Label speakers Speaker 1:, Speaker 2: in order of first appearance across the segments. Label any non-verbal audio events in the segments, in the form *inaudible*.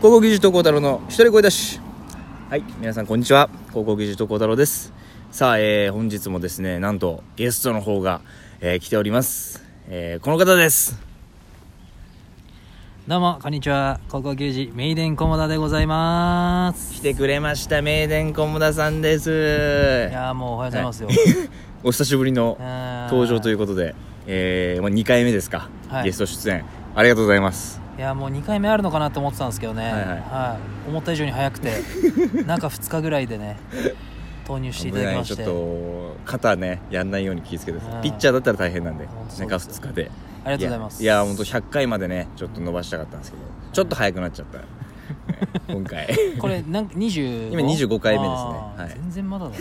Speaker 1: 高校技術と孝太郎の一人声出しはい皆さんこんにちは高校技術と孝太郎ですさあ、えー、本日もですねなんとゲストの方が、えー来ております、えーこの方です
Speaker 2: どうもこんにちは高校球児メイデン駒田でございます
Speaker 1: 来てくれました名電小田さんです
Speaker 2: いやーもうおはようござい *laughs* ますよ、
Speaker 1: *laughs* お久しぶりの登場といううことで、えーまあ、2回目ですか、
Speaker 2: はい
Speaker 1: ゲスト出演ありがとうございます
Speaker 2: いやーもう2回目あるのかなと思ってたんですけどねはいい、
Speaker 1: はい
Speaker 2: 思った以上に早
Speaker 1: *laughs*
Speaker 2: くて中2日ぐらいでね投入していただきまして
Speaker 1: 危ないちょっと肩ねやんないように気をつけてくださ
Speaker 2: う
Speaker 1: い
Speaker 2: ん
Speaker 1: ピッチャーだったら大変なんで
Speaker 2: 本当そう
Speaker 1: 中
Speaker 2: です
Speaker 1: 2日で
Speaker 2: ありがとうございます
Speaker 1: いやいや本当100回までねちょっと伸ばしたかったんですけどちょっと早くなっちゃった、
Speaker 2: *laughs*
Speaker 1: 今回
Speaker 2: これなん25
Speaker 1: 今25回目ですね
Speaker 2: あー
Speaker 1: はい
Speaker 2: 全然まだだ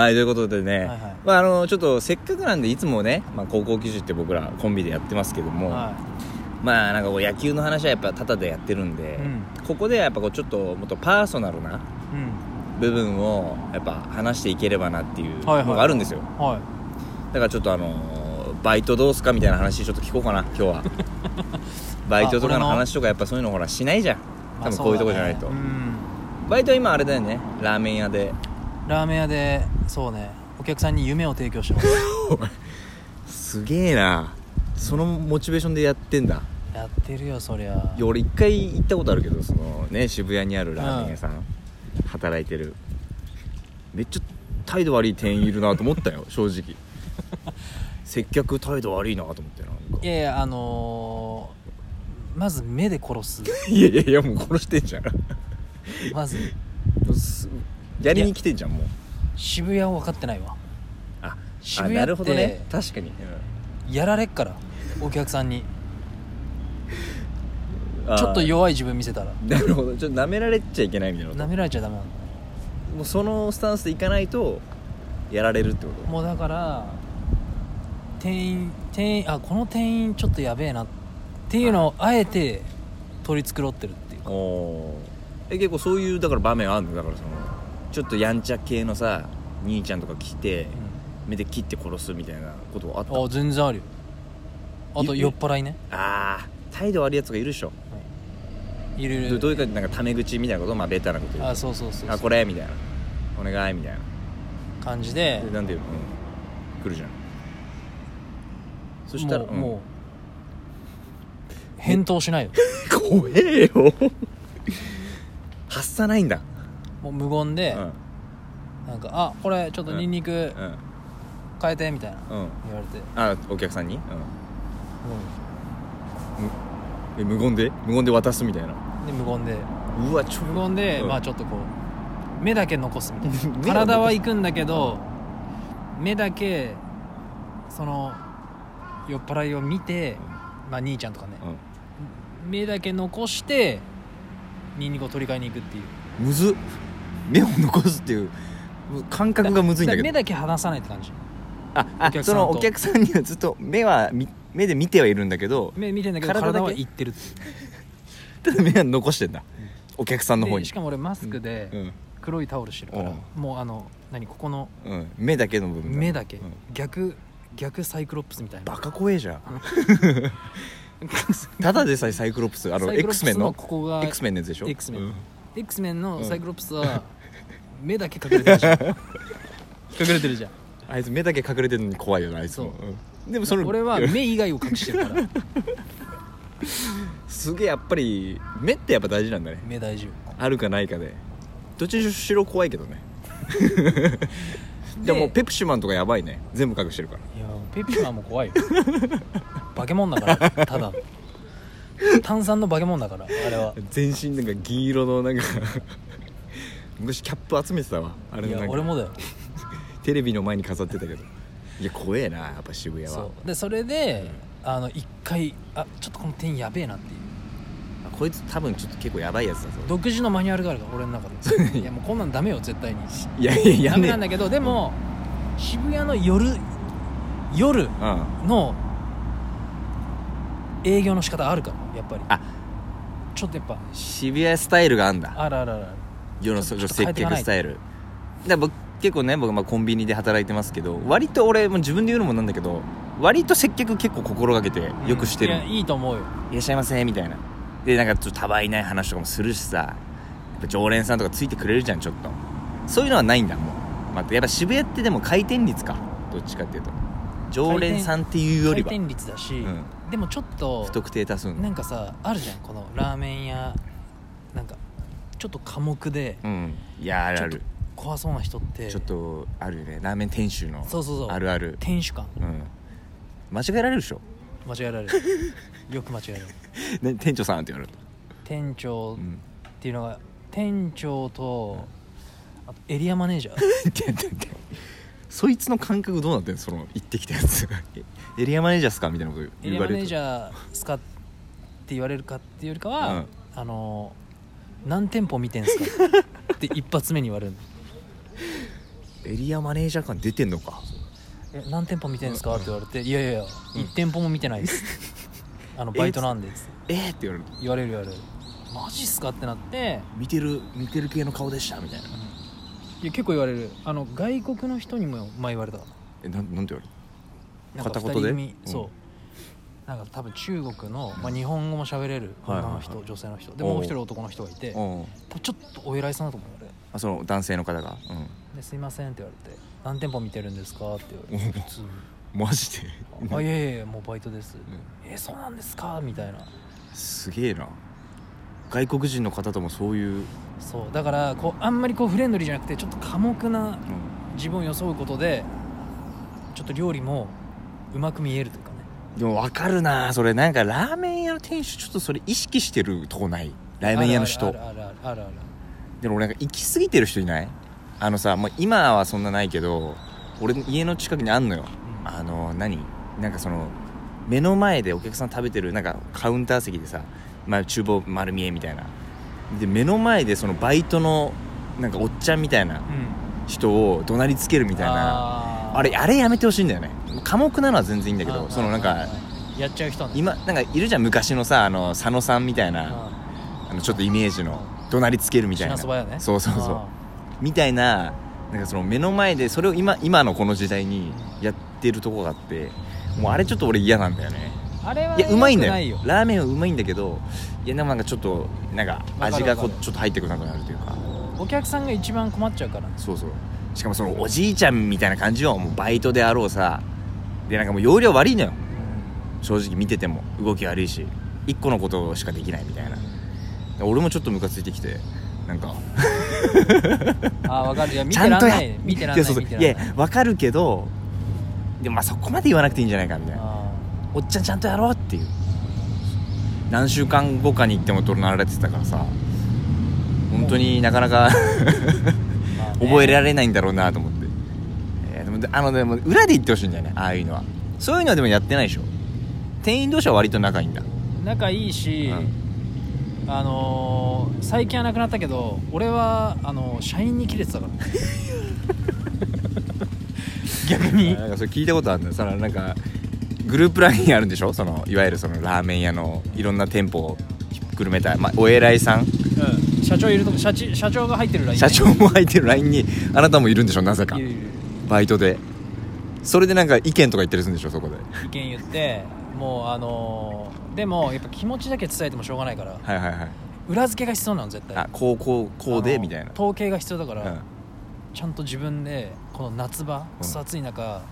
Speaker 1: はいということでね、
Speaker 2: はいはい
Speaker 1: まあ、あのちょっとせっかくなんでいつもね、まあ、高校球児って僕らコンビでやってますけども、
Speaker 2: は
Speaker 1: まあなんかこう野球の話はやっぱタダでやってるんで、
Speaker 2: うん、
Speaker 1: ここではやっぱこうちょっともっとパーソナルない
Speaker 2: うん
Speaker 1: 部分をやっぱ話していければなっていう
Speaker 2: はいはい
Speaker 1: のがあるんですよ、
Speaker 2: はい、
Speaker 1: だからちょっとあのーバイトどうすかみたいな話ちょっと聞こうかな今日
Speaker 2: *laughs*
Speaker 1: はバイトとかの話とかやっぱそういうのほらしないじゃん
Speaker 2: ま
Speaker 1: 多
Speaker 2: あ
Speaker 1: 分
Speaker 2: そ
Speaker 1: こういう
Speaker 2: だ
Speaker 1: と
Speaker 2: ね
Speaker 1: こじゃないと、
Speaker 2: うん
Speaker 1: バイトは今あれだよねラーメン屋で
Speaker 2: ラーメン屋でそうねお客さんに夢を提供してます
Speaker 1: *laughs* すげえなそのモチベーションでやってんだ
Speaker 2: やってるよそりゃ
Speaker 1: いや俺一回行ったことあるけどそのね渋谷にあるラーメン屋さん働いてるめっちゃ態度悪い店員いるなと思った *laughs* よ正直接客態度悪いなと思ってなんか
Speaker 2: いやいやあのーまず目で殺す
Speaker 1: いやいやいやもう殺してんじゃん
Speaker 2: まず
Speaker 1: すやりに来てんじゃんもう
Speaker 2: 渋谷を分かってないわ
Speaker 1: あ
Speaker 2: 渋谷って
Speaker 1: あなるほどね確かに、
Speaker 2: やられっからお客さんに
Speaker 1: うん
Speaker 2: ちょっと
Speaker 1: あ
Speaker 2: 弱い自分見せたら
Speaker 1: ーなるほどちょっと舐められちゃいけないみたいな
Speaker 2: 舐
Speaker 1: こ
Speaker 2: められちゃダメなの
Speaker 1: ともうそのスタンスでいかないとやられるってこと
Speaker 2: もうだから店員店員あこの店員ちょっとやべえなっていうのをあえて取り繕ってるっていうか
Speaker 1: おえ結構そういうだから場面あるのだからそのちょっとやんちゃ系のさ兄ちゃんとか来て、目で切って殺すみたいなことあっ
Speaker 2: うん、あ
Speaker 1: た
Speaker 2: 全然あるよあと
Speaker 1: い
Speaker 2: 酔っ払いね、
Speaker 1: あー態度悪いやつがいるでしょ、
Speaker 2: はい、いるいる
Speaker 1: どどういうかなんかタメ口みたいなことまあベタなこと言う
Speaker 2: あそうそうそう
Speaker 1: あこれみたいなお願いみたいな
Speaker 2: 感じで
Speaker 1: でなんていうの、うん、来るじゃんそしたら
Speaker 2: もう,、
Speaker 1: うん
Speaker 2: もう返答しないよ
Speaker 1: 怖えよ発さないんだ、
Speaker 2: もう無言で、
Speaker 1: うん
Speaker 2: なんか「あこれちょっとニンニク
Speaker 1: うん
Speaker 2: 変えて」みたいな
Speaker 1: うん
Speaker 2: 言われて、
Speaker 1: あお客さんに、うん、え無言で無言で渡すみたいな
Speaker 2: うんで無言で
Speaker 1: うわちょ
Speaker 2: 無言で、
Speaker 1: うん
Speaker 2: まあちょっとこう目だけ残すみたい
Speaker 1: *laughs* 目を残す
Speaker 2: な体は行くんだけど目だけその酔っ払いを見て、まあ、兄ちゃんとかね、目だけ残してニンニクを取り替えに行くっていう
Speaker 1: むずっ目を残すっていうもう感覚がむずいんだけど
Speaker 2: 目だけ離さないって感じ
Speaker 1: あ
Speaker 2: お客さん
Speaker 1: あ
Speaker 2: と
Speaker 1: そのお客さんにはずっと目はみ目で見てはいるんだけど
Speaker 2: 目見てんだけど
Speaker 1: 体だ
Speaker 2: 体
Speaker 1: け
Speaker 2: は行ってるっていう
Speaker 1: ただ目は残してんだお客さんの方
Speaker 2: で
Speaker 1: に
Speaker 2: しかも俺マスクで、
Speaker 1: うん
Speaker 2: 黒いタオルしてるから、
Speaker 1: う
Speaker 2: もうあの何ここの
Speaker 1: うん、目だけの部分
Speaker 2: 目だけ、
Speaker 1: うん
Speaker 2: 逆逆サイクロプスみたいな
Speaker 1: バカ怖えじゃんただでさえサイクロプスあの
Speaker 2: サイクロプ
Speaker 1: X
Speaker 2: ス
Speaker 1: メンの
Speaker 2: ここが
Speaker 1: X メンのやつでしょ
Speaker 2: X メン
Speaker 1: うん
Speaker 2: X メンの
Speaker 1: うん
Speaker 2: サイクロプスは目だけ隠れて
Speaker 1: *laughs*
Speaker 2: るじゃん隠れてるじゃん
Speaker 1: あいつ目だけ隠れてるのに怖いよなあいつも
Speaker 2: そう
Speaker 1: うんでもその
Speaker 2: 俺は目以外を隠してるから
Speaker 1: すげえやっぱり目ってやっぱ大事なんだね
Speaker 2: 目大丈
Speaker 1: あるかないかでどっちにしろ怖いけどね *laughs*
Speaker 2: 夫
Speaker 1: でもうペプシマンとかやばいね全部隠してるから
Speaker 2: いやペピマンも怖
Speaker 1: *laughs*
Speaker 2: いよ化け物だからただの炭酸の化け物だからあれは
Speaker 1: 全身なんか銀色のなんか昔キャップ集めてたわあれ
Speaker 2: い
Speaker 1: の
Speaker 2: や
Speaker 1: なん
Speaker 2: 俺
Speaker 1: か
Speaker 2: もだよ
Speaker 1: テレビの前に飾ってたけどいや怖えなやっぱ渋谷は
Speaker 2: そうでそれであの一回あちょっとこの点やべえなっていう
Speaker 1: あこいつ多分ちょっと結構やばいやつだぞ
Speaker 2: 独自のマニュアルがあるから俺の中でいやもうこんなんダメよ絶対に
Speaker 1: いやいやいや
Speaker 2: ダメなん
Speaker 1: ね
Speaker 2: だけどでも渋谷の夜夜
Speaker 1: えうん
Speaker 2: の営業の仕方あるからやっぱり
Speaker 1: あ
Speaker 2: ちょっとやっぱ
Speaker 1: 渋谷スタイルがあんだ
Speaker 2: あるあるあるある
Speaker 1: 世の
Speaker 2: ち
Speaker 1: そ
Speaker 2: ょっ
Speaker 1: の
Speaker 2: と
Speaker 1: 接客スタイルだから僕結構ね僕まあコンビニで働いてますけど割と俺もう自分で言うのもなんだけど割と接客結構心がけてよくしてる、
Speaker 2: うんいやいいと思うよ
Speaker 1: いらっしゃいませみたいなでなんかちょっとたわいない話とかもするしさやっぱ常連さんとかついてくれるじゃんちょっとそういうのはないんだもうまたやっぱ渋谷ってでも回転率かどっちかっていうと常連さんっていうよりは
Speaker 2: 回転率だし、
Speaker 1: う
Speaker 2: でもちょっと
Speaker 1: 不特定多数の
Speaker 2: なんかさあるじゃんこのラーメン屋なんかちょっと寡黙で
Speaker 1: うんいやあるある
Speaker 2: 怖そうな人って
Speaker 1: ちょっとあるよねラーメン店主の
Speaker 2: そうそうそう
Speaker 1: あるある
Speaker 2: 店主感
Speaker 1: うん間違えられるでしょ
Speaker 2: 間違えられるよく間違えられる
Speaker 1: ね店長さんって言われると
Speaker 2: 店長
Speaker 1: うん *laughs*
Speaker 2: っていうのが店長とあとエリアマネー
Speaker 1: *laughs*
Speaker 2: ジャー
Speaker 1: てんてんてんそいつの感覚どうなってんのその行ってきたやつ *laughs* エリアマネージャーっすかみたいなこと
Speaker 2: エ
Speaker 1: 言
Speaker 2: リア
Speaker 1: わ
Speaker 2: マ
Speaker 1: れ
Speaker 2: ネ
Speaker 1: る
Speaker 2: ージ
Speaker 1: と
Speaker 2: ャーっすかって言われるかっていうよりか
Speaker 1: う
Speaker 2: は
Speaker 1: ん、
Speaker 2: あの何店舗見てん
Speaker 1: *laughs*
Speaker 2: すかって一発目に言われるの
Speaker 1: エリアマネージャー感出てんのか
Speaker 2: え何店舗見てんですか?」って言われて「いやいやいや1店舗も見てないです」
Speaker 1: *laughs*
Speaker 2: あのバイトなんで」つって
Speaker 1: えっ、って言われる
Speaker 2: 言われる言われる「マジっすか?」ってなって
Speaker 1: 見てる見てる系の顔でしたみたいない
Speaker 2: や結構言われるあの外国の人にも前言われたか
Speaker 1: えなんなんて言われる
Speaker 2: ななんか
Speaker 1: 片言で
Speaker 2: 二人組
Speaker 1: うん
Speaker 2: そうなんか多分中国の、まあ、日本語も喋れる
Speaker 1: はい
Speaker 2: 女
Speaker 1: はいはい
Speaker 2: の人、女性の人で
Speaker 1: おう
Speaker 2: もう一人男の人がいて
Speaker 1: おう
Speaker 2: 多分ちょっとお偉いさんだと思う俺
Speaker 1: あその男性の方が、う
Speaker 2: で「すいません」って言われて「何店舗見てるんですか?」って言われて
Speaker 1: *laughs*
Speaker 2: 普通に
Speaker 1: ん、マジで
Speaker 2: 「あいやいやいやもうバイトです」
Speaker 1: ん
Speaker 2: えそうなんですか?」みたいな
Speaker 1: すげえな外国人の方ともそういう、
Speaker 2: そうだからこうあんまりこうフレンドリーじゃなくてちょっと寡黙な自分を装うことでちょっと料理もうまく見えるというかね
Speaker 1: でも分かるなそれなんかラーメン屋の店主ちょっとそれ意識してるとこないラーメン屋の人
Speaker 2: あるあるあるあるあるある
Speaker 1: でも俺なんか行き過ぎてる人いないあのさもう今はそんなないけど俺の家の近くにあんのよ
Speaker 2: うん
Speaker 1: あの何なんかその目の前でお客さん食べてるなんかカウンター席でさ、まあ、厨房丸見えみたいなで目の前でそのバイトのなんかおっちゃんみたいな
Speaker 2: うん
Speaker 1: 人を怒鳴りつけるみたいな
Speaker 2: あー
Speaker 1: あれあれやめてほしいんだよね寡黙なのは全然いいんだけ
Speaker 2: あー
Speaker 1: どそのなん
Speaker 2: はいはい
Speaker 1: か
Speaker 2: はいやっちゃう人ね
Speaker 1: 今なんかいるじゃん昔のさあの佐野さんみたいな
Speaker 2: あ
Speaker 1: あのちょっとイメージの怒鳴りつけるみ
Speaker 2: ー
Speaker 1: たいな
Speaker 2: 品そば屋ね
Speaker 1: そうそうそう
Speaker 2: あ
Speaker 1: みたいななんかその目の前でそれを今今のこの時代にやってるとこがあってもうあれちょっと俺嫌なんだよね
Speaker 2: ーあれはい
Speaker 1: やうまいんだよ
Speaker 2: 良くな
Speaker 1: ラーメンはうまいんだけどいやでもなんかちょっとなんか
Speaker 2: わか
Speaker 1: 味
Speaker 2: る
Speaker 1: がこ
Speaker 2: わ
Speaker 1: う
Speaker 2: かる
Speaker 1: ちょっと入ってこなくなるというか
Speaker 2: お客さんが一番困っちゃ
Speaker 1: *laughs*
Speaker 2: うから
Speaker 1: そうそうしかもそのおじいちゃんみたいな感じをもうバイトであろうさでなんかもう容量悪いのよ正直見てても動き悪いし一個のことしかできないみたいな俺もちょっとムカついてきてなんか
Speaker 2: ああ分かるいや見
Speaker 1: ちゃ
Speaker 2: て
Speaker 1: ん
Speaker 2: らん
Speaker 1: とや
Speaker 2: ない見てらん
Speaker 1: や
Speaker 2: な
Speaker 1: そ
Speaker 2: いう
Speaker 1: そう
Speaker 2: 見てらん
Speaker 1: い
Speaker 2: ない
Speaker 1: やわかるけどでもまあそこまで言わなくていいんじゃないかみたいな
Speaker 2: あ
Speaker 1: おっちゃんちゃんとやろうっていう何週間後かに行っても怒鳴られてたからさ本当になかなか
Speaker 2: ーまあね
Speaker 1: *laughs* 覚えられないんだろうなと思って、えーでもであのでも裏で言ってほしいんだよねああいうのはそういうのはでもやってないでしょ店員同士は割と仲いいんだ
Speaker 2: 仲いいし、あのー最近はなくなったけど俺はあのー社員に切れてたから逆に
Speaker 1: なんかそれ聞いたことあるんだよそのなんかグループラインあるんでしょそのいわゆるそのラーメン屋のいろんな店舗をひっくるめた、まあ、お偉いさん
Speaker 2: うん社長いるとこ社長社長が入ってるライン
Speaker 1: 社長も入ってる LINE にあなたもいるんでしょなぜか
Speaker 2: いるいる
Speaker 1: バイトでそれでなんか意見とか言ったりするんでしょそこで
Speaker 2: 意見言ってもうあのーでもやっぱ気持ちだけ伝えてもしょうがないから
Speaker 1: はいはいはい
Speaker 2: 裏付けが必要なの絶対
Speaker 1: あこうこうこう
Speaker 2: あ
Speaker 1: で
Speaker 2: の
Speaker 1: みたいな
Speaker 2: 統計が必要だか
Speaker 1: うん
Speaker 2: ら、ちゃんと自分でこの夏場
Speaker 1: ん
Speaker 2: くそ暑い中、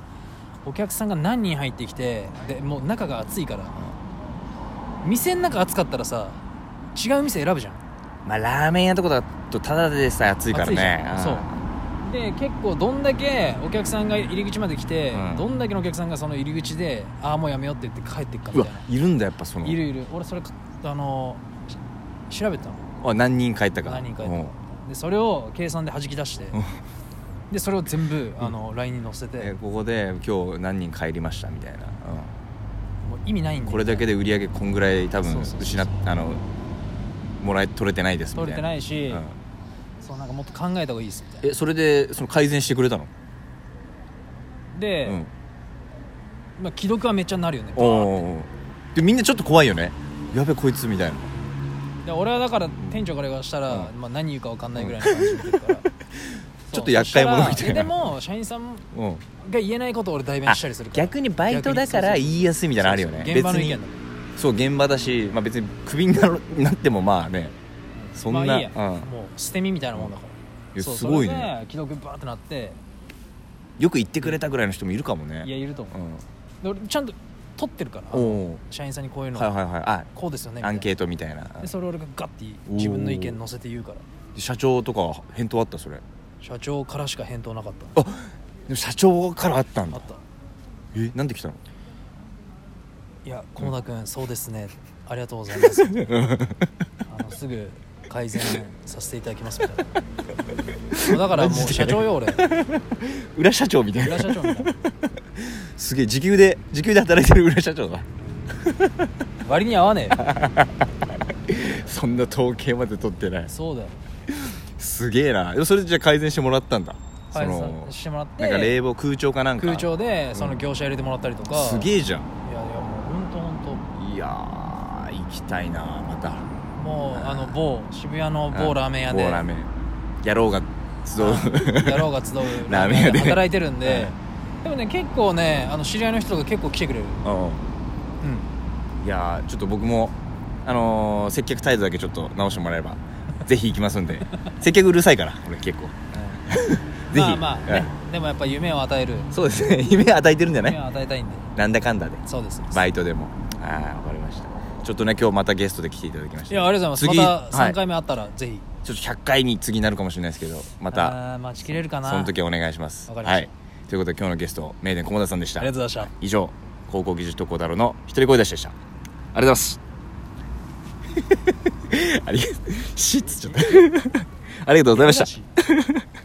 Speaker 2: お客さんが何人入ってきてでもう中が暑いから、店の中暑かったらさ違う店選ぶじゃん
Speaker 1: まあラーメン屋とかだとただでさえ暑いから
Speaker 2: 暑いじ
Speaker 1: ね
Speaker 2: ゃんそうで結構どんだけお客さんが入り口まで来て、
Speaker 1: うん
Speaker 2: どんだけのお客さんがその入り口でああもうやめようって言って帰ってくか
Speaker 1: うん
Speaker 2: み
Speaker 1: わ
Speaker 2: たい
Speaker 1: いるんだやっぱその
Speaker 2: ないるいる俺それかあのし調べたの
Speaker 1: あ何人帰ったか
Speaker 2: 何人かい
Speaker 1: うん
Speaker 2: たでそれを計算で弾き出して
Speaker 1: ん
Speaker 2: でそれを全部あの LINE に載せて、
Speaker 1: えここで今日何人帰りましたみたいな、うん
Speaker 2: もう意味ないんで
Speaker 1: これだけで売り上げこんぐらい多分
Speaker 2: そうそうそう
Speaker 1: 失っあのもらえ取れてないですみ
Speaker 2: 取
Speaker 1: た
Speaker 2: れ
Speaker 1: いな
Speaker 2: てないし、
Speaker 1: うん
Speaker 2: そうなんかもっと考えた方がいいですみたいな
Speaker 1: えそれでその改善してくれたの、
Speaker 2: で、
Speaker 1: うん
Speaker 2: まあ、既読はめっちゃなるよね
Speaker 1: おおでみんなちょっと怖いよねやべこいつみたいな
Speaker 2: で俺はだから店長から言わしたら、
Speaker 1: う
Speaker 2: まあ、何言うか分かんないぐらいの感じで言って
Speaker 1: *laughs*
Speaker 2: るから、
Speaker 1: ちょっと厄介者みたいな
Speaker 2: そしたらえでも社員さん
Speaker 1: うん
Speaker 2: が言えないことを俺代弁
Speaker 1: あ
Speaker 2: したりするから
Speaker 1: 逆にバイトだから言いやすいみたいなのあるよね
Speaker 2: そうそう現場の意見
Speaker 1: 別
Speaker 2: だ
Speaker 1: にそう現場だし、まあ、別にクビになるなってもまあねそんな、
Speaker 2: まあいいや、
Speaker 1: うん
Speaker 2: もう捨て身みたいなもんだから、
Speaker 1: いや
Speaker 2: そう
Speaker 1: すごい
Speaker 2: それ
Speaker 1: ね
Speaker 2: で既読バーってなって
Speaker 1: よく言ってくれたぐらいの人もいるかもね
Speaker 2: いやいると思う、
Speaker 1: う
Speaker 2: で俺ちゃんと取ってるから
Speaker 1: ん、お
Speaker 2: 社員さんにこういう
Speaker 1: お
Speaker 2: の、
Speaker 1: はいはいはいあ
Speaker 2: こうですよねみた
Speaker 1: ア
Speaker 2: いな
Speaker 1: ンケートみたいな
Speaker 2: でそれ俺がガッて自分の意見載せて言うから
Speaker 1: 社長とか返答あったそれ
Speaker 2: 社長からしか返答なかっ
Speaker 1: あでも社長からあったん
Speaker 2: たあ
Speaker 1: だ
Speaker 2: った
Speaker 1: えなんで来たの
Speaker 2: いや駒田君、そうですねありがとうございま
Speaker 1: *laughs*
Speaker 2: すあのすぐ改善させていただきますみたい
Speaker 1: *laughs*
Speaker 2: なもうだからも
Speaker 1: マジ
Speaker 2: う
Speaker 1: で
Speaker 2: 社長よ俺
Speaker 1: 裏社長みたい
Speaker 2: 裏
Speaker 1: な
Speaker 2: 社長みたいな
Speaker 1: すげえ時給で時給で働いてる裏社長だ
Speaker 2: 割に合わねえよ
Speaker 1: *laughs* そんな統計まで取ってない
Speaker 2: そうだよ
Speaker 1: すげえなでもそれじゃあ改善してもらったんだそ
Speaker 2: 改
Speaker 1: の
Speaker 2: 善してもらっ
Speaker 1: なんか冷
Speaker 2: て
Speaker 1: 房空調かなんか
Speaker 2: 空調でその業者入れてもらったりとか、
Speaker 1: す
Speaker 2: い
Speaker 1: げえじゃん
Speaker 2: やいやもうほんとほん
Speaker 1: いやー行きたいなまた
Speaker 2: ともうあの某渋谷の某ラーメン屋で
Speaker 1: 某ラーメンやろうが集う *laughs*
Speaker 2: やろうが集う
Speaker 1: ラーメン屋で
Speaker 2: 働いてるんで、でもね結構ねあの知り合いの人とか結構来てくれる
Speaker 1: う
Speaker 2: うん
Speaker 1: んいやーちょっと僕もあのー接客態度だけちょっと直してもらえれば *laughs* ぜひ行きますんで接客うるさいから俺結構 *laughs* ぜひ
Speaker 2: まあまあね
Speaker 1: は、
Speaker 2: でもやっぱ夢を与える
Speaker 1: そうですね *laughs* 夢与えてるんじゃな
Speaker 2: 夢
Speaker 1: い
Speaker 2: を与えたいんで
Speaker 1: なんだかんだで
Speaker 2: そうです
Speaker 1: バイトでもああわかりましたちょっとね今日またゲストで来ていただきました
Speaker 2: いやありがとうございま
Speaker 1: 次
Speaker 2: すまた
Speaker 1: は
Speaker 2: 3回目あったらぜひ、
Speaker 1: ちょっと100回に次になるかもしれないですけどまた
Speaker 2: あー待ちきれるかな
Speaker 1: その時お願いします
Speaker 2: わかりました
Speaker 1: はい、ということで今日のゲスト名電駒田さんでし
Speaker 2: あ
Speaker 1: た
Speaker 2: りがとうございました
Speaker 1: 以上高校技術特攻太郎の一人声出しでしたありがとうございます *laughs* *laughs* ありがとうしっつっちゃったありがとうございました
Speaker 2: た